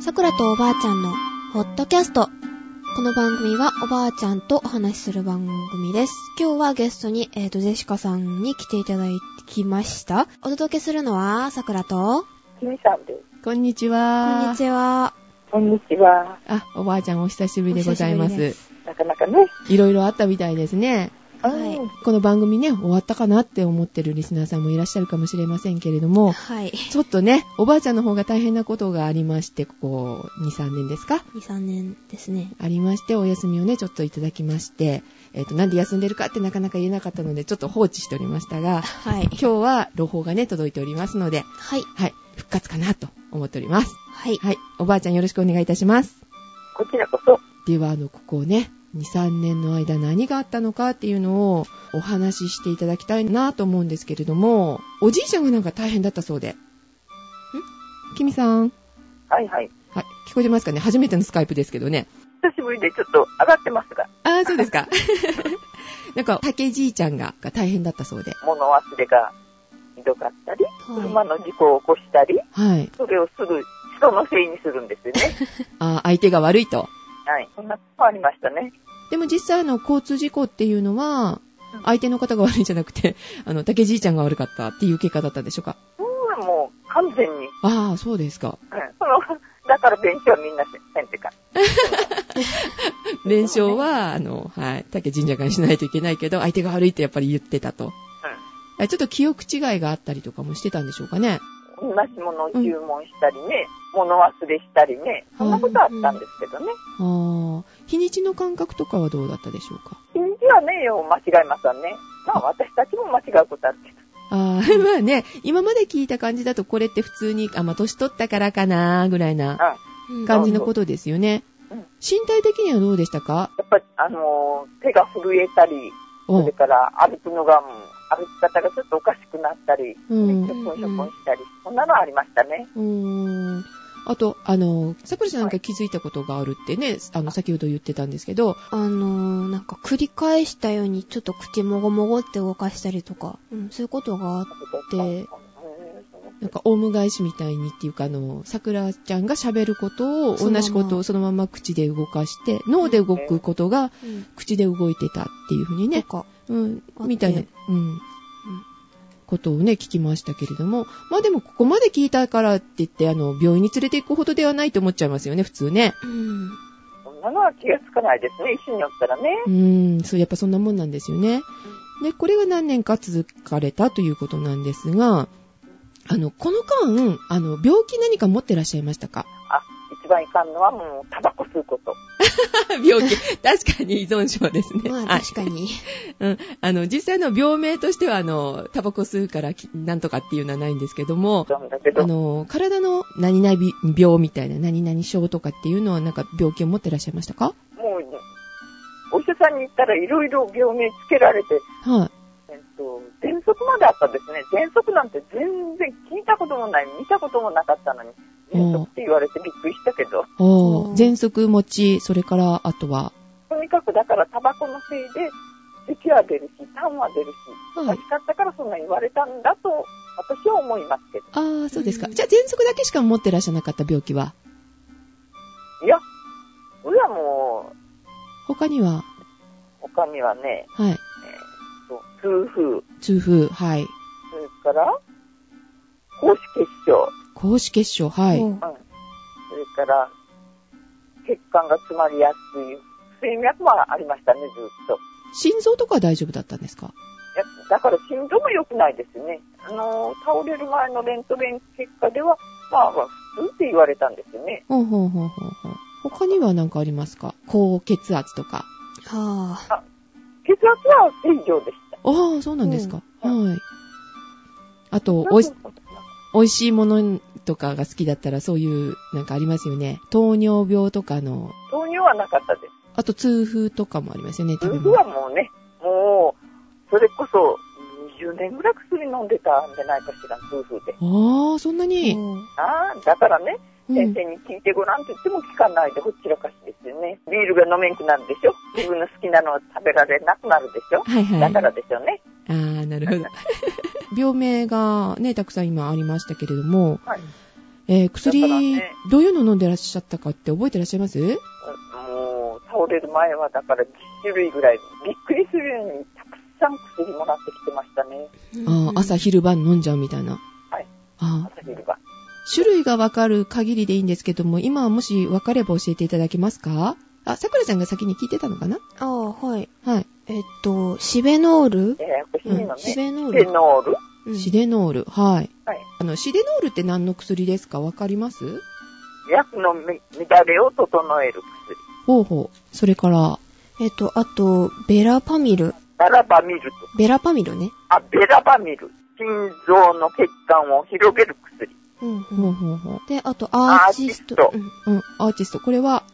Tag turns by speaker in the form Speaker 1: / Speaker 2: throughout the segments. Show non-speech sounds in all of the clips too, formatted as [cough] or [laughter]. Speaker 1: さくらとおばあちゃんのホットキャスト。この番組はおばあちゃんとお話しする番組です。今日はゲストに、えー、と、ジェシカさんに来ていただきました。お届けするのは、さくらと、
Speaker 2: ゆみさんです。
Speaker 3: こんにち
Speaker 1: こ
Speaker 3: は。
Speaker 1: んにちは。
Speaker 2: こんにちは。
Speaker 3: あ、おばあちゃんお久しぶりでございま。
Speaker 1: お久しぶりです
Speaker 2: なかなかね。
Speaker 3: いろいろあったみたいですね。
Speaker 1: はい
Speaker 2: うん
Speaker 3: この番組ね、終わったかなって思ってるリスナーさんもいらっしゃるかもしれませんけれども、
Speaker 1: はい。2、
Speaker 3: ちょっとね、おばあちゃんの方が大変なことがありまして、ここ2、3年ですか
Speaker 1: 3年ですね。
Speaker 3: ありまして、お休みをね、ちょっといただきまして、えっ、と、なんで休んでるかってなかなか言えなかったので、ちょっと放置しておりましたが、
Speaker 1: はい。
Speaker 3: 今日は朗報がね、届いておりますので、
Speaker 1: はい。
Speaker 3: はい、復活かなと思っております。
Speaker 1: はい。
Speaker 3: はい、おばあちゃんよろしくお願いいたします。
Speaker 2: こちらこそ。
Speaker 3: ではあのここね23年の間何があったのかっていうのをお話ししていただきたいなと思うんですけれどもおじいちゃんがなんか大変だったそうでんキミさん
Speaker 2: はいはい。
Speaker 3: はい聞こえてますかね初めてのスカイプですけどね
Speaker 2: 久しぶりでちょっと上がってますが、
Speaker 3: ああそうですか [laughs] なんか竹じいちゃんがが大変だったそうで
Speaker 2: 物忘れがひどかったり、車
Speaker 1: はい。
Speaker 2: の事故を起こしたり、
Speaker 3: はい
Speaker 2: それをすぐ人のせいにするんです
Speaker 1: [laughs]
Speaker 2: よね。
Speaker 3: あー相手が悪いと
Speaker 2: はい。そんなことありましたね。
Speaker 3: でも実際あの交通事故っていうのは
Speaker 2: うん
Speaker 3: 相手の方が悪いんじゃなくてあの竹じいちゃんが悪かったっていう結果だったんでしょうか
Speaker 2: うん、もう完全に。うん。
Speaker 3: ああそうですか
Speaker 2: その、だから勉強はみんなせんってか。
Speaker 3: 連勝は、あの、はい、竹神社会しないといけないけど、相手が悪いってやっぱり言ってたと。あちょっと記憶違いがあったりとかもしてたんでしょうかね。
Speaker 2: 同じものを注文したりね、物忘れしたりね、そんなことあったんですけどね。
Speaker 3: あー日にちの感覚とかはどうだったでしょうか。
Speaker 2: 日にちはね、よう間違いますわね。まあ私たちも間違うことあるけど。
Speaker 3: あー [laughs] まあね、今まで聞いた感じだとこれって普通に、あ、まあ年取ったからかなぐらいな
Speaker 2: うん。
Speaker 1: うん
Speaker 3: 感じのことですよね
Speaker 2: うん。
Speaker 3: 身体的にはどうでしたか
Speaker 2: やっぱり、あのー手が震えたり、そ
Speaker 3: お
Speaker 2: れから歩くのが、うん歩き方がちょっとおかしくなったり、
Speaker 3: う
Speaker 2: ちょ
Speaker 3: ん。
Speaker 2: こんちょこんしたり、そんなのありましたね。
Speaker 3: うーんあと、あの、桜ちゃんなんか気づいたことがあるってね、あの、先ほど言ってたんですけど、
Speaker 1: あのー、なんか繰り返したようにちょっと口もごもごって動かしたりとか、うん、そういうことがあっで
Speaker 3: なんか、オウム返しみたいにっていうか、あの、桜ちゃんが喋ることを、
Speaker 1: そのま
Speaker 3: 同
Speaker 1: ま
Speaker 3: じことをそのまま口で動かして、脳で動くことが
Speaker 1: うん、
Speaker 3: 口で動いてたっていうふうに
Speaker 1: なん
Speaker 3: ね、
Speaker 1: か、
Speaker 3: うん
Speaker 1: あっ、て
Speaker 3: みたいな、うん、ことをね、聞きましたけれども、まあでも、ここまで聞いたからって言って、あの、病院に連れて行くほどではないと思っちゃいますよね、普通ね。
Speaker 1: うん、
Speaker 2: そんなのは気がつかないですね、一緒によったらね。
Speaker 3: うーん、そう、やっぱそんなもんなんですよね。で、これが何年か続かれたということなんですが、あの、この間、あの、病気何か持ってらっしゃいましたか
Speaker 2: 一番いかんのはもう、タバコ吸うこと。
Speaker 3: 病気。 [laughs] 確かに依存症ですね。
Speaker 1: まあ
Speaker 3: はい
Speaker 1: 確かに。
Speaker 3: うん。あの、実際の病名としては、あの、タバコ吸うからきなんとかっていうのはないんですけども、
Speaker 2: なんだけど、
Speaker 3: あの、体の何々病みたいな、何々症とかっていうのは、なんか病気を持ってらっしゃいましたか
Speaker 2: もう、お医者さんに行ったらいろいろ病名つけられて、
Speaker 3: はい。
Speaker 2: えっと、喘息まであったんですね。喘息なんて全然聞いたこともない、見たこともなかったのに、喘息って言われてびっくりしたけど。
Speaker 3: お
Speaker 1: う
Speaker 3: ー
Speaker 1: ん
Speaker 3: 喘息持ち、それから、あとは、
Speaker 2: とにかくだからタバコのせいで、咳は出るし、痰は出るし、お
Speaker 3: はい
Speaker 2: かしかったからそんな言われたんだと、私は思いますけど。
Speaker 3: ああ、そうですか。
Speaker 1: うん
Speaker 3: じゃあ、喘息だけしか持ってらっしゃなかった病気は。
Speaker 2: いや、俺はもう、
Speaker 3: 他には、
Speaker 2: 他にはね、
Speaker 3: はい。
Speaker 2: えー、痛風、
Speaker 3: 痛風、はい。
Speaker 2: それから、高脂血症、
Speaker 3: 高脂血症、はい。
Speaker 1: もう
Speaker 2: うん、それから、血管が詰まりやすい、睡脈もありましたね、ずっと。
Speaker 3: 心臓とかは大丈夫だったんですか
Speaker 2: いやだから心臓も良くないですね。あのー、倒れる前のレントゲン結果では、まあ、まあ普通って言われたんですよね。
Speaker 3: ほうほうほうほうほう。他には何かありますか高血圧とか。
Speaker 1: はあ、
Speaker 2: 血圧は正常でした。
Speaker 3: ああ、そうなんですか。
Speaker 2: うん
Speaker 3: はい。あと、
Speaker 2: な
Speaker 3: お
Speaker 2: ん
Speaker 3: い
Speaker 2: か、
Speaker 3: おいしいものとかが好きだったら、そういう、なんかありますよね。糖尿病とかの、
Speaker 2: 糖尿はなかったです。
Speaker 3: あと痛風とかもありますよね、食
Speaker 2: 夫
Speaker 3: べ
Speaker 2: 婦
Speaker 3: 物。
Speaker 2: はもうね、もう、それこそ20年ぐらい薬飲んでたんじゃないかしら、夫婦で。
Speaker 3: ああ、そんなに。
Speaker 2: ああ、だからね、
Speaker 3: うん
Speaker 2: 先生に聞いてごらんって言っても聞かないでほっちらかしですよね。ビールが飲めんくなるでしょ自分の好きなのを食べられなくなるでしょ
Speaker 3: はいはい。
Speaker 2: だからですよね。
Speaker 3: ああ、なるほど。 [laughs] 病名がね、たくさん今ありましたけれども、
Speaker 2: はい。
Speaker 3: えー薬、
Speaker 2: だからね
Speaker 3: どういうの飲んでらっしゃったかって覚えてらっしゃいます
Speaker 2: もう、倒れる前はだから10種類ぐらい、びっくりするようにたくさん薬もらってきてましたね。
Speaker 3: あー朝昼晩飲んじゃうみたいな。
Speaker 2: はい
Speaker 3: あー
Speaker 2: 朝昼晩。
Speaker 3: 種類がわかる限りでいいんですけども、今もしわかれば教えていただけますかあ、さくらちゃんが先に聞いてたのかな
Speaker 1: ああ、はい。
Speaker 3: はい。
Speaker 1: えっと、シベノール
Speaker 2: ややこしいのね。
Speaker 1: シベノー
Speaker 2: フェ
Speaker 1: ル
Speaker 2: ノール
Speaker 1: うん
Speaker 3: シデノール。はい。
Speaker 2: はい。
Speaker 3: あの、シデノールって何の薬ですかわかります
Speaker 2: 薬のめ乱れを整える薬。
Speaker 3: ほうほう。それから、
Speaker 1: えっと、あと、ベラパミル。
Speaker 2: ならば見ると。
Speaker 1: ベラパミルね。
Speaker 2: あ、ベラバミル。心臓の血管を広げる薬。
Speaker 1: うん、う。
Speaker 3: ほうんほうほう。
Speaker 1: で、あと、アーチスト。
Speaker 2: アー
Speaker 1: う
Speaker 2: チ
Speaker 1: ん
Speaker 3: うん、アーティスト。これは、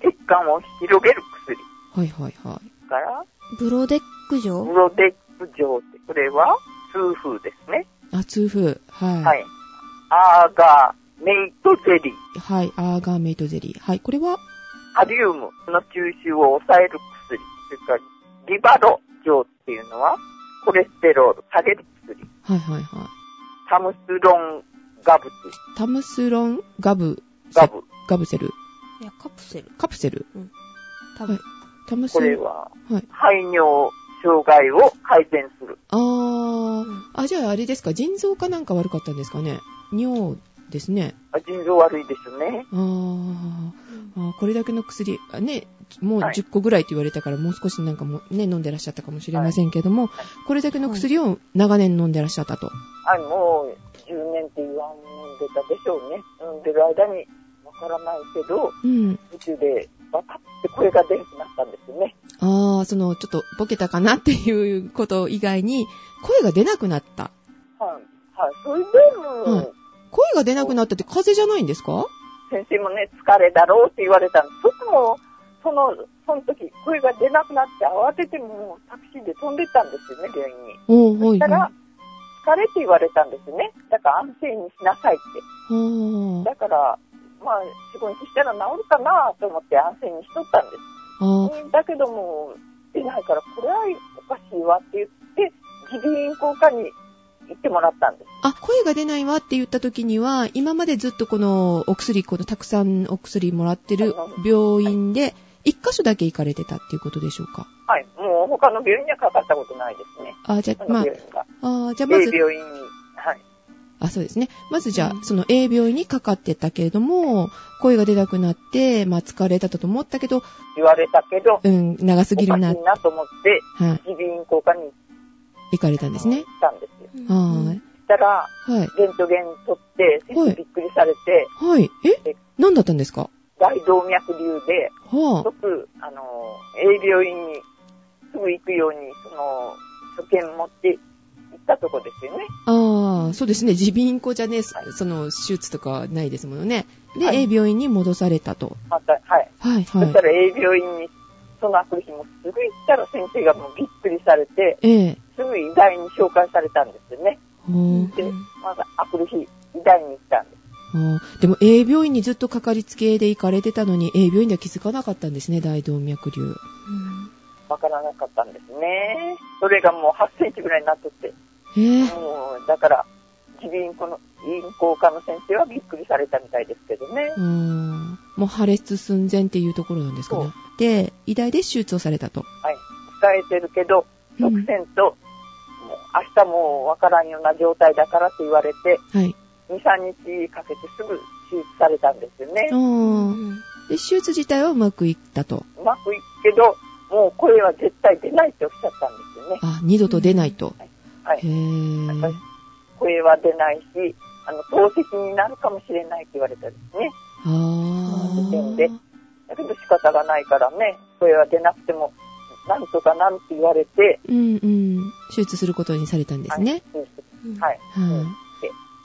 Speaker 2: 血管を広げる薬。
Speaker 3: はいはいは
Speaker 2: だから、
Speaker 1: ブロデック
Speaker 2: ブ
Speaker 1: 城
Speaker 2: ロデック錠って、これは痛風ですね。
Speaker 3: い。あ、痛風。はい。
Speaker 2: はい。アーガー、メイトゼリー、
Speaker 3: はい。アーガーメイトゼリー。はい。これは、
Speaker 2: カリウムの吸収を抑える薬。それから、リバロ錠っていうのは、コレステロール下げる薬。
Speaker 3: はいはいはい。
Speaker 2: サムスロンガブス、
Speaker 3: タムスロンガブ、
Speaker 2: ガブ。
Speaker 3: ガブセル。
Speaker 1: いや、カプセル。
Speaker 3: カプセル。
Speaker 1: 多分。
Speaker 3: タムス
Speaker 2: これ
Speaker 3: ロン。
Speaker 2: は、
Speaker 3: はい。
Speaker 2: 排尿障害を改善する。
Speaker 3: あー。あ、じゃああれですか。腎臓かなんか悪かったんですかね。尿ですね。
Speaker 2: あ腎臓悪いですね。
Speaker 3: あー。あーこれだけの薬、あね、もう
Speaker 2: はい
Speaker 3: 10個ぐらいって言われたから、もう少しなんかもね、飲んでらっしゃったかもしれませんけども、
Speaker 2: はい
Speaker 3: これだけの薬を長年飲んでらっしゃったと。
Speaker 2: はい、もう10年って言わん飲んでたでしょうね。飲んでる間にわからないけど、
Speaker 3: うん。
Speaker 2: 途中でわかってこれが出なくなったんですね。
Speaker 3: ああ、その、ちょっとボケたかなっていうこと以外に、声が出なくなった。
Speaker 2: はい。はい。それでも、
Speaker 3: はい声が出なくなったって風邪じゃないんですか
Speaker 2: 先生もね、疲れだろうって言われたんです。そこも、その、その時、声が出なくなって慌ててもうタクシーで飛んでったんですよね、病院に。
Speaker 3: おー、
Speaker 2: そ
Speaker 3: は
Speaker 2: し
Speaker 3: い、
Speaker 2: た
Speaker 3: は
Speaker 2: ら、疲れって言われたんですね。だから安静にしなさいって。
Speaker 3: い。おー
Speaker 2: だから、まあ、仕事したら治るかなと思って安静にしとったんです。
Speaker 3: あー
Speaker 2: だけども、出ないから、これはおかしいわって言って、耳鼻咽喉科に行ってもらったんです。
Speaker 3: あ、声が出ないわって言った時には、今までずっとこのお薬、このたくさんお薬もらってる病院で、一箇所だけ行かれてたっていうことでしょうか
Speaker 2: はい。もう他の病院にはかかったことないですね。
Speaker 3: あー、じゃ
Speaker 2: あ
Speaker 3: あ、
Speaker 2: の
Speaker 3: まあ
Speaker 2: 病院が。
Speaker 3: あー、じゃあま
Speaker 2: A
Speaker 3: ず、
Speaker 2: 病院に。はい。
Speaker 3: あ、そうですね。まずじ
Speaker 1: う
Speaker 3: ゃあ、
Speaker 1: ん
Speaker 3: その A 病院にかかってたけれども、声が出なくなって、まあ疲れたと思ったけど、
Speaker 2: 言われたけど、
Speaker 3: うん、長す
Speaker 2: おかし
Speaker 3: ぎ
Speaker 2: い
Speaker 3: るな、はい、
Speaker 2: なと思って、耳鼻咽喉科に行っ
Speaker 3: 行かれたんですね。
Speaker 2: たんですよ。
Speaker 1: うん
Speaker 3: は
Speaker 1: うん
Speaker 2: そ
Speaker 3: い。
Speaker 2: したら、
Speaker 3: はい。
Speaker 2: レントゲン取って、先
Speaker 3: はい
Speaker 2: 生びっくりされて、
Speaker 3: はい。え何だったんですか
Speaker 2: 大動脈瘤で、
Speaker 3: は
Speaker 2: 即、あの、A 病院にすぐ行くように、その、所見持って行ったとこですよね。
Speaker 3: あ。ああ、そうですね。耳鼻咽喉じゃね、そその、手術とかないですものね。で、
Speaker 2: はい
Speaker 3: A 病院に戻されたと。
Speaker 2: また、はい。
Speaker 3: はい、
Speaker 2: そ
Speaker 3: は
Speaker 2: し
Speaker 3: い
Speaker 2: た。ら A 病院に、そのあくる日もすぐ行ったら先生がもうびっくりされて、
Speaker 3: ええ。
Speaker 2: すぐ医大に紹介されたんですよね。
Speaker 3: ほう
Speaker 2: で、まだあくる日、医大に行ったんです。
Speaker 3: あーでも A 病院にずっとかかりつけで行かれてたのに A 病院では気づかなかったんですね大動脈瘤
Speaker 2: わからなかったんですね。それがもう8センチぐらいになっとって、
Speaker 3: えー、
Speaker 2: もう、だから、耳鼻咽喉の、咽喉科の先生はびっくりされたみたいですけどね。
Speaker 3: うーんもう破裂寸前っていうところなんですか
Speaker 2: そ
Speaker 3: ね
Speaker 2: う。
Speaker 3: で、医大で手術をされたと。
Speaker 2: はい。伝えてるけど、
Speaker 3: う
Speaker 2: 6
Speaker 3: ん
Speaker 2: セント、もう明日もうわからんような状態だからって言われて、
Speaker 3: はい。
Speaker 2: 2、3日かけてすぐ手術されたんですよね
Speaker 3: あ。ーで、手術自体はうまくいったと。
Speaker 2: うまくいくけど、もう声は絶対出ないっておっしゃったんですよね。
Speaker 3: あ、二度と出ないと。
Speaker 2: は
Speaker 3: へ
Speaker 2: い。
Speaker 3: ー。
Speaker 2: 声は出ないし、あの、透析になるかもしれないって言われたんですね。
Speaker 3: あ
Speaker 2: 時点で
Speaker 3: ー。
Speaker 2: だけど仕方がないからね、声は出なくても、なんとかなるって言われて、
Speaker 3: うんうん。手術することにされたんですね。
Speaker 2: はい。手術
Speaker 1: うん
Speaker 2: はい。
Speaker 3: はい。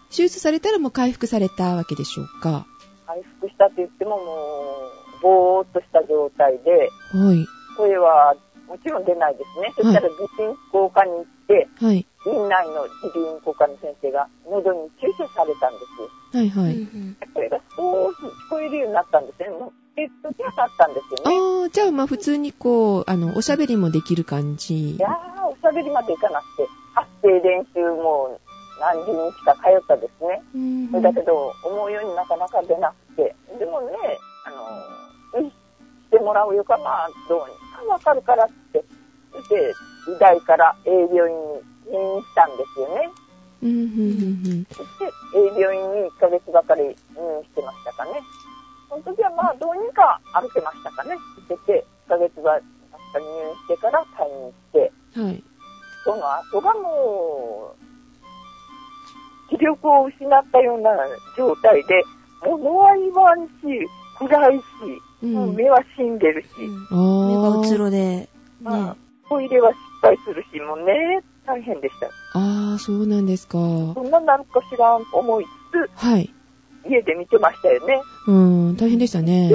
Speaker 3: 手術されたらもう回復されたわけでしょうか。
Speaker 2: 回復したって言ってももう、ぼーっとした状態で、
Speaker 3: はい。
Speaker 2: 声はもちろん出ないですね。そしたら、美人効科に行って、
Speaker 3: はい。
Speaker 2: 院内の耳鼻咽喉科の先生が喉に注射されたんですよ。
Speaker 3: はいはい。
Speaker 1: うん
Speaker 2: それが少し聞こえるようになったんですね。もう、えっと、じゃなかったんです
Speaker 3: あ
Speaker 2: よね。
Speaker 3: ー、じゃあまあ普通にこう、あの、おしゃべりもできる感じ
Speaker 2: い。やー、おしゃべりまでいかなくて、発声練習も何十日か通ったですね。
Speaker 3: うんうん
Speaker 2: だけど、思うようになかなか出なくて。でもね、あの、うんしてもらうよかな、どうにかわかるからって。で、医大から営業院に入院したんですよね。
Speaker 3: うんうんうん
Speaker 2: そして、営業院に1ヶ月ばかり入院してましたかね。その時はまあ、どうにか歩けましたかね。出て、1ヶ月ば確かに入院してから退院して、
Speaker 3: うん。はい。
Speaker 2: その後がもう、気力を失ったような状態で、物は言わんし、暗いし、
Speaker 3: うん
Speaker 2: もう目は死んでるし、
Speaker 1: うん
Speaker 3: あ
Speaker 1: 目がうつ
Speaker 3: ー
Speaker 1: ろで、
Speaker 2: ま
Speaker 1: ね。
Speaker 2: あトイレは失敗するし、もうね、大変でした。
Speaker 3: あー、そうなんですか。
Speaker 2: そんななんか知らん思いつ
Speaker 3: はい。
Speaker 2: つ、家で見てましたよね。
Speaker 3: うん、大変でしたね。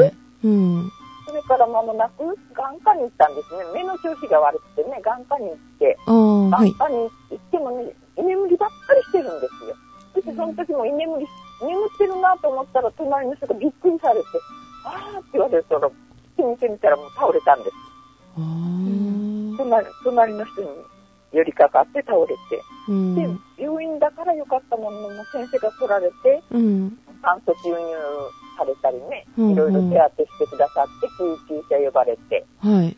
Speaker 3: うん。
Speaker 2: それから間もなく、眼科に行ったんですね。目の調子が悪くてね、眼科に行って、
Speaker 3: あー、は
Speaker 2: 眼
Speaker 3: い。
Speaker 2: 科に行ってもね、居眠りばっかりしてるんですよ。そしてその時も居眠り、眠ってるなと思ったら、隣の人がびっくりされて、あーって言われたら、見てみたらもう倒れたんです。
Speaker 3: あー。
Speaker 2: 隣隣の人に寄りかかって倒れて。
Speaker 3: うん。
Speaker 2: で、病院だからよかったものの、先生が取られて、
Speaker 3: うん。
Speaker 2: 酸素注入されたりね、
Speaker 3: うんうん
Speaker 2: いろいろ手当てしてくださって、救急車呼ばれて。
Speaker 3: はい。
Speaker 1: うん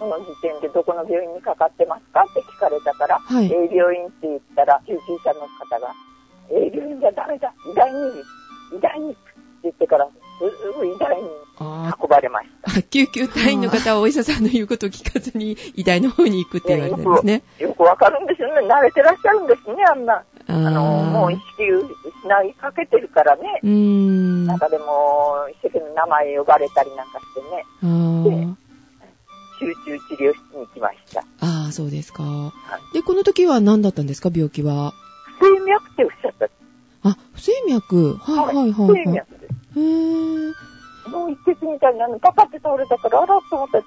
Speaker 2: その時点でどこの病院にかかってますかって聞かれたから、
Speaker 3: はい
Speaker 2: えー病院って言ったら、救急車の方が、えー病院じゃダメだ、医大に行く、医大に行くって言ってから、すぐ医大に
Speaker 3: あ
Speaker 2: 運ばれまし
Speaker 3: ー、救急隊員の方はお医者さんの言うことを聞かずに、医大の方に行くって言われたんですね。
Speaker 2: た。よくわかるんですよね。慣れてらっしゃるんですね、あんな。
Speaker 3: あ
Speaker 2: あの、もう意
Speaker 3: ー。
Speaker 2: 識を失いかけてるからね。
Speaker 3: うーん。
Speaker 2: なん
Speaker 3: あ
Speaker 2: かでも、一生懸命名前呼ばれたりなんかしてね、
Speaker 3: ー。
Speaker 2: 集中治療室に来ました。
Speaker 3: ああ、そうですか。で、この時は何だったんですか、病気は。
Speaker 2: 不整脈っておっしゃった。
Speaker 3: あ、不整脈。はいはい
Speaker 2: 不整
Speaker 3: はい、はい。
Speaker 2: 脈です。
Speaker 3: へー。
Speaker 2: もう一血みたいになるの、パパって倒れたから、あらと思ったら、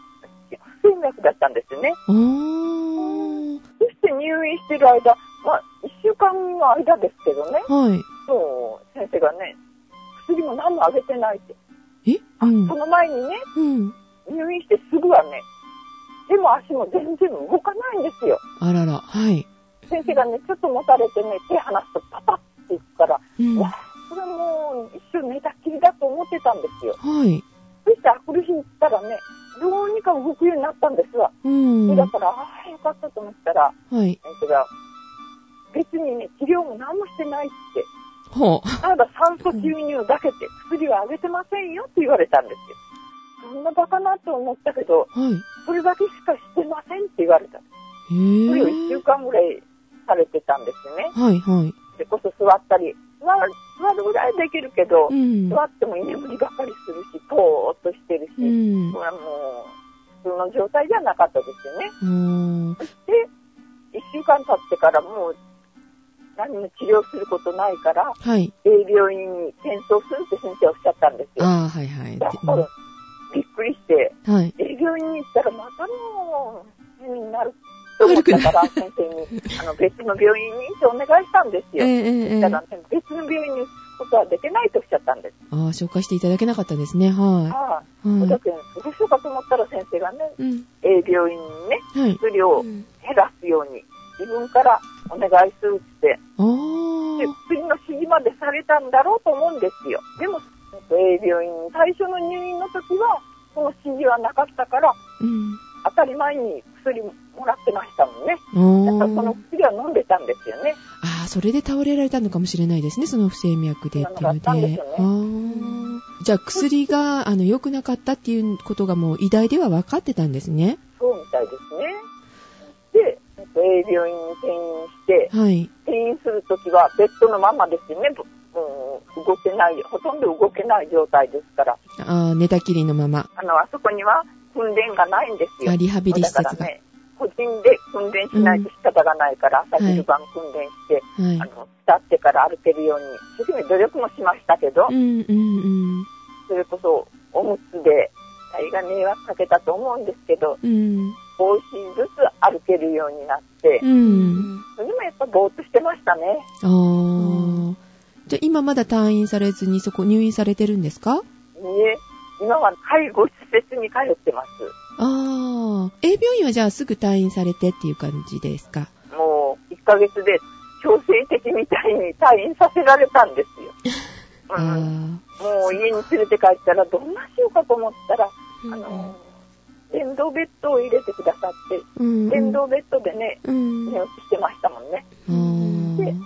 Speaker 2: 不整脈だったんですね。
Speaker 3: あー。
Speaker 2: そして入院してる間、まあ、一週間の間ですけどね、
Speaker 3: はい。
Speaker 2: もう先生がね、薬も何もあげてないって。
Speaker 3: えうん
Speaker 2: そ。の前にね、
Speaker 3: うん。
Speaker 2: 入院してすぐはね、手も足も全然動かないんですよ。
Speaker 3: あらら。はい。
Speaker 2: 先生がね、ちょっと持たれてね、手離すとパパっていくから、
Speaker 3: うん。
Speaker 2: わ
Speaker 3: は
Speaker 2: あ、それもう一瞬寝たっきりだと思ってたんですよ。
Speaker 3: い。
Speaker 2: そしてあくる日に行ったらね、どうにか動くようになったんですわ。
Speaker 3: うん。
Speaker 2: だ
Speaker 3: は
Speaker 2: から、ああ、よかったと思ったら、
Speaker 3: い。
Speaker 2: 先生が、別にね、治療も何もしてないって、
Speaker 3: ほう。
Speaker 2: ただ酸素吸入だけで薬はあげてませんよって言われたんですよ。そんなバカなと思ったけど、
Speaker 3: はい。
Speaker 2: それだけしかしてませんって言われた。
Speaker 3: へ
Speaker 2: それを1
Speaker 3: ー
Speaker 2: 週。間ぐらいされてたんですね。
Speaker 3: はいはい。
Speaker 2: それこそ座ったり、座る座るぐらいはできるけど
Speaker 3: う、ん。
Speaker 2: 座っても居眠りばかりするし、ぽーっとしてるし、
Speaker 3: うん。
Speaker 2: これはもう、普通の状態じゃなかったですよね。
Speaker 3: うん。
Speaker 2: で、一週間経ってからもう、何も治療することないから、
Speaker 3: はい。
Speaker 2: えー病院に転送するって先生おっしゃったんですよ。
Speaker 3: ああ、はいはい。で
Speaker 2: だから、びっくりして、
Speaker 3: うんはい。
Speaker 2: えー病院に行ったらまたもう、変になると思ったから、先生に、あの、別の病院にってお願いしたんです
Speaker 3: えー
Speaker 2: よ。
Speaker 3: えーえ
Speaker 2: だか
Speaker 3: ー
Speaker 2: ら、ね、別の病院に行くことはできないとおっしゃったんです。
Speaker 3: ああ、紹介していただけなかったんですね。は
Speaker 2: ああ、
Speaker 3: い。
Speaker 2: 小
Speaker 3: はい
Speaker 2: 田。君、どうしようかと思ったら先生がね、
Speaker 3: うん。
Speaker 2: えー病院にね、
Speaker 3: はい。
Speaker 2: 薬を
Speaker 1: うん
Speaker 2: 減らすように、自分からお願いするって、
Speaker 3: あ
Speaker 2: で
Speaker 3: あ。
Speaker 2: 次の指示までされたんだろうと思うんですよ。でも、えー病院に最初の入院の時は、その指示はなかったから、
Speaker 3: うん。
Speaker 2: 当たり前に薬もらってましたもんね。だからそ
Speaker 3: あ
Speaker 2: の
Speaker 3: あ。
Speaker 2: 薬は飲んでたんですよね。
Speaker 3: ああ、それで倒れられたのかもしれないですね、その不整脈でっていうので。
Speaker 2: そんなのがあったんですよね
Speaker 3: あーじゃあ、薬が、あの、良くなかったっていうことがもう、医大では分かってたんですね。
Speaker 2: そうみたいですね。で、えー病院に転院して、
Speaker 3: はい。
Speaker 2: 転院する時はベッドのままですよね。ぼうん動けない、ほとんど動けない状態ですから。
Speaker 3: あー寝たきりのまま。
Speaker 2: あの、あそこには訓練がないんですよ。
Speaker 3: あリハビリ施設が
Speaker 2: だからね、個人で訓練しないと仕方がないから、朝昼晩訓練して、
Speaker 3: はい
Speaker 2: あ。の、立ってから歩けるように、一生懸命努力もしましたけど、
Speaker 3: うん、うん、
Speaker 2: それこそ、おむつで、大が迷惑かけたと思うんですけど、
Speaker 3: うん。うん。
Speaker 2: 少しずつ歩けるようになって、
Speaker 3: うん。
Speaker 2: でもやっぱぼーっとしてましたね。
Speaker 3: あー。じゃあ今まだ退院されずにそこ入院されてるんですか
Speaker 2: いえ、今は介護施設に通ってます。
Speaker 3: あー。A 病院はじゃあすぐ退院されてっていう感じですか
Speaker 2: もう1ヶ月で強制的みたいに退院させられたんですよ。
Speaker 3: あ
Speaker 2: うん、
Speaker 3: ー。
Speaker 2: もう家に連れて帰ったらどんなしようかと思ったら、あの、電動ベッドを入れてくださって、
Speaker 1: うん。
Speaker 2: 電動ベッドでね、
Speaker 1: うん。
Speaker 2: 寝落ちしてましたもんね。
Speaker 3: あー。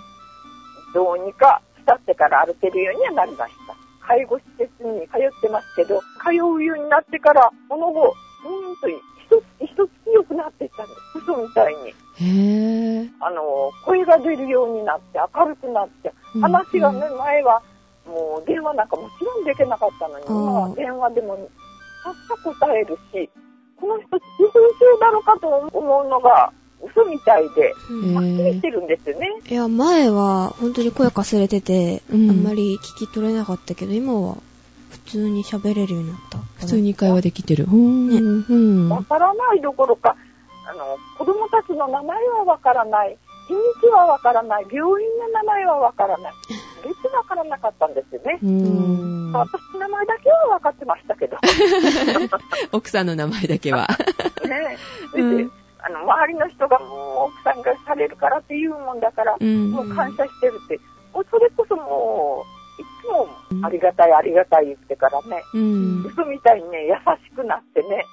Speaker 2: どうにか慕ってから歩けるようにはなりました。介護施設に通ってますけど、通うようになってから、その後、うーんと一つ一つ強くなっていったんです。嘘みたいに。
Speaker 3: へー。
Speaker 2: あの、声が出るようになって、明るくなって、
Speaker 3: うん
Speaker 2: 話がね、前は、もう電話なんかもちろんできなかったのに、
Speaker 1: あー
Speaker 2: 今は電話でも、さっさ答えるし、この人、自分症だろうかと思うのが、嘘みたいで、
Speaker 1: う
Speaker 3: え
Speaker 1: ん
Speaker 2: はっきりし
Speaker 3: ー
Speaker 2: てるんですよね。
Speaker 1: いや、前は本当に声かすれてて、
Speaker 3: うん
Speaker 1: あんまり聞き取れなかったけど、今は普通に喋れるようになった。
Speaker 3: 普通に会話できてる。うーん。うん
Speaker 2: わからないどころか、あの、子供たちの名前はわからない、日にちはわからない、病院の名前はわからない。別わからなかったんですよね
Speaker 3: う。ん
Speaker 2: 私の名前だけは分かってましたけ
Speaker 3: [laughs]
Speaker 2: ど。
Speaker 3: 奥さんの名前だけは。
Speaker 2: ねえ、
Speaker 3: うん
Speaker 2: であの周りの人がもう奥さんがされるからって言うもんだから、
Speaker 3: うん
Speaker 2: もう感謝してるって、もうそれこそもう、いつもありがたいありがたい言ってからね、
Speaker 3: うん。
Speaker 2: 嘘みたいにね、優しくなってね、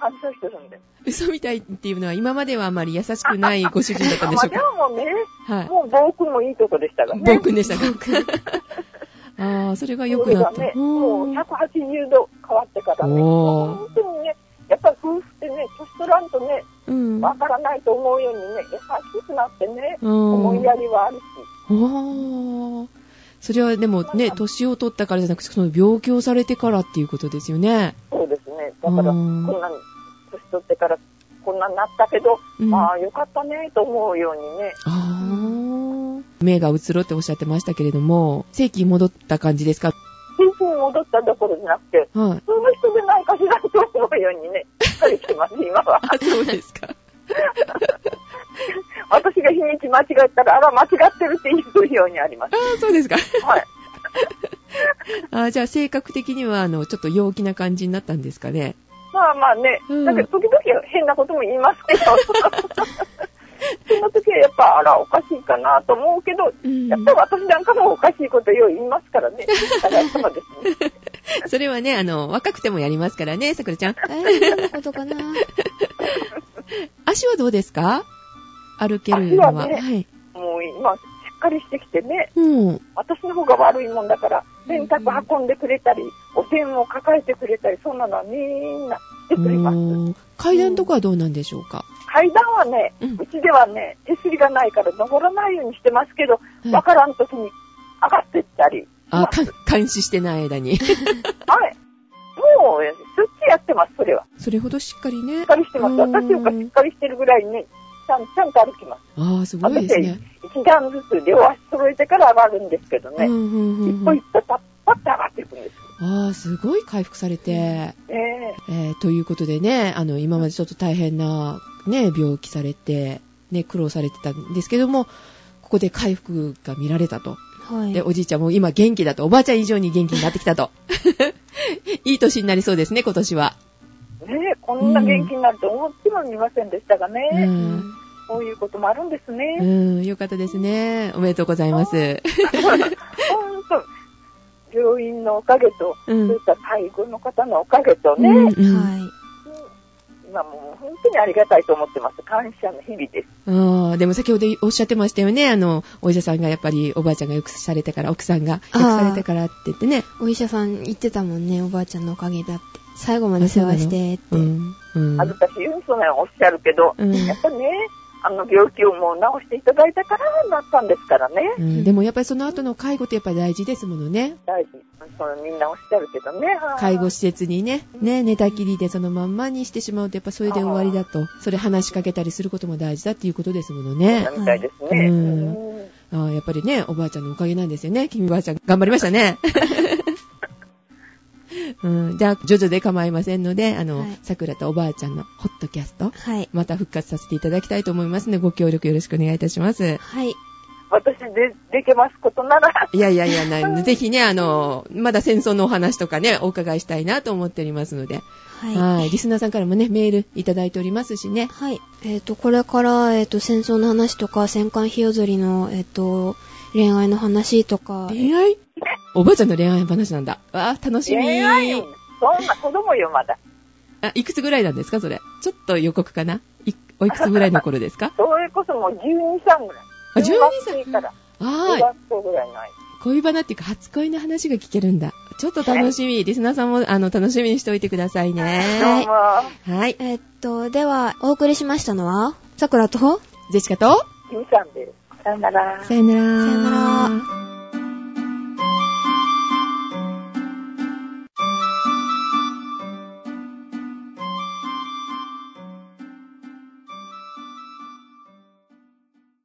Speaker 2: 感謝してるんです。
Speaker 3: 嘘みたいっていうのは今まではあまり優しくないご主人だったんでしょう
Speaker 2: で
Speaker 3: か
Speaker 2: はもうね、
Speaker 3: はい。
Speaker 2: もう暴君もいいとこでしたから
Speaker 3: 暴
Speaker 2: ね。
Speaker 3: 君でしたか [laughs] ああ、それが良くなった。
Speaker 2: それがね、
Speaker 3: う
Speaker 2: もうん180度変わってからね、
Speaker 3: おー
Speaker 2: 本当にね、やっぱり夫婦ってね、年取らんとね、
Speaker 1: うん。
Speaker 2: わからないと思うようにね、優しくなってね、
Speaker 3: うん
Speaker 2: 思いやりはあるし、
Speaker 3: ああ。それはでもね、年を取ったからじゃなくて、その病気をされてからっていうことですよね。
Speaker 2: そうですね。だから、こ
Speaker 3: うん
Speaker 2: んなに、年取ってから、こんなになったけど、
Speaker 3: うん
Speaker 2: まあ、よかったね、と思うようにね。
Speaker 3: ああ。目がうつろっておっしゃってましたけれども、正規に戻った感じですか
Speaker 2: 精神に戻ったどころじゃなくて、
Speaker 3: はい。
Speaker 2: 普通の人でないかしらと思うように
Speaker 3: [laughs]
Speaker 2: ね、しっかりしてます、今は。
Speaker 3: あ、そうですか。
Speaker 2: 私が日にち間違えたら、あら、間違ってるっていうようにあります
Speaker 3: [laughs] あ。あ、そうですか。
Speaker 2: はい。
Speaker 3: あじゃあ性格的には、あの、ちょっと陽気な感じになったんですか [laughs] ね。
Speaker 2: まあまあね、
Speaker 3: うん
Speaker 2: だけど時々変なことも言います
Speaker 3: [laughs]
Speaker 2: けど、その時はやっぱ、あら、おかしいかなと思うけど、
Speaker 3: うん
Speaker 2: やっぱり私なんかもおかしいことよう言いますから
Speaker 3: [laughs]
Speaker 2: ね。だからそうですね。
Speaker 3: それはね、あの、若くてもやりますからね、さくらちゃん。
Speaker 1: 大丈夫なこと
Speaker 3: [laughs]
Speaker 1: かな
Speaker 3: 足はどうですか歩けるのは。
Speaker 2: 足はね
Speaker 3: い。
Speaker 2: もう今、しっかりしてきてね、
Speaker 3: うん。
Speaker 2: 私の方が悪いもんだから、洗濯運んでくれたり、お膳を抱えてくれたり、そんなのはみんなしてくれます。
Speaker 3: おー階段とかはどうなんでしょうか、
Speaker 2: 階段はね、
Speaker 3: うん
Speaker 2: うちではね、手すりがないから登らないようにしてますけど、
Speaker 3: はい
Speaker 2: わからん時に上がってったり。
Speaker 3: あ、か監視してない間に。
Speaker 2: はい。もう、そっちやってます、それは。
Speaker 3: それほどしっかりね
Speaker 2: しっ。かりしてます。
Speaker 3: うーん
Speaker 2: 私よりかしっかりしてるぐらいね、ちゃん、ちゃんと歩きます。
Speaker 3: ああ、すごいですね。
Speaker 2: 一段ずつ両足揃えてから上がるんですけど
Speaker 3: う
Speaker 2: ね。
Speaker 3: んうん
Speaker 2: 一
Speaker 3: うんう
Speaker 2: 歩
Speaker 3: ん
Speaker 2: 一、歩パッパッと上がっていくんです。
Speaker 3: ああ、すごい回復されて、
Speaker 2: ね
Speaker 3: えーということでね、あの、今までちょっと大変な、ね、病気されて、ね、苦労されてたんですけども、ここで回復が見られたと。
Speaker 1: はい。
Speaker 3: で、おじいちゃんも今元気だと。おばあちゃん以上に元気になってきたと。 [laughs] いい年になりそうですね、今年は。
Speaker 2: え。ねえ、こんな元気になると思ってもみませんでしたがね。
Speaker 3: うん。
Speaker 2: こういうこともあるんですね。 [laughs]
Speaker 3: うん、よかったですね。おめでとうございます。
Speaker 2: ほんと、病院のおかげと、
Speaker 3: うん
Speaker 2: そういった介護の方のおかげとね、
Speaker 3: うん
Speaker 2: うん
Speaker 3: うん
Speaker 1: はい。
Speaker 2: 今もう本当にありがたいと思ってます。感謝の日々です。
Speaker 3: あーでも先ほどおっしゃってましたよね。あの、お医者さんがやっぱりおばあちゃんがよくされたから、奥さんがよくされたからって言ってね。
Speaker 1: お医者さん言ってたもんね、おばあちゃんのおかげだって。最後まで世話してって。
Speaker 3: うん。うん。
Speaker 2: 恥ずかしいようにそのようにおっしゃるけど、
Speaker 3: うん
Speaker 2: やっぱね、あの病気をもう治していただいたからなったんですからね。
Speaker 3: うんでもやっぱりその後の介護ってやっぱり大事ですものね。
Speaker 2: 大事。そのみんなおっしゃるけどね。
Speaker 3: 介護施設にね、ね、寝たきりでそのまんまにしてしまうとやっぱそれで終わりだと。それ話しかけたりすることも大事だっていうことですものね。
Speaker 2: みたいですね。
Speaker 3: う
Speaker 2: うんん
Speaker 3: あーやっぱりね、おばあちゃんのおかげなんですよね。君ばあちゃん、頑張りましたね。うん、じゃあ、徐々で構いませんので、あの、
Speaker 1: はい
Speaker 3: 桜とおばあちゃんのホットキャスト、
Speaker 1: はい。
Speaker 3: また復活させていただきたいと思いますので、ご協力よろしくお願いいたします。
Speaker 1: はい。
Speaker 2: 私で、できますことなら、
Speaker 3: いやいやいや、ないぜひね、あの、まだ戦争のお話とかね、お伺いしたいなと思っておりますので、
Speaker 1: はい。
Speaker 3: はい、リスナーさんからもね、メールいただいておりますしね。
Speaker 1: はい。えっ、と、これから、えっ、と、戦争の話とか、戦艦ひよぞりの、えっ、と、恋愛の話とか、
Speaker 3: 恋愛おばあちゃんの恋愛話なんだ。わあ、楽しみ。
Speaker 2: 恋愛よ。そんな子供よ、まだ。
Speaker 3: あ、いくつぐらいなんですか、それ。ちょっと予告かないおいくつぐらいの頃ですか
Speaker 2: それこそもう12、3ぐらい。
Speaker 3: あ、12
Speaker 2: 中
Speaker 3: 歳。
Speaker 2: 学生から
Speaker 3: は
Speaker 2: 中
Speaker 3: ーい。
Speaker 2: 学校ぐらいの間。
Speaker 3: 恋バナっていうか、初恋の話が聞けるんだ。ちょっと楽しみ。リスナーさんも、あの、楽しみにしておいてください
Speaker 2: どう
Speaker 3: ね。
Speaker 2: も、
Speaker 3: はい。
Speaker 1: えっ、と、では、お送りしましたのは、桜と、
Speaker 3: ジェシカと、
Speaker 2: 君さんです。さよなら。
Speaker 3: さよなら。
Speaker 1: さよなら。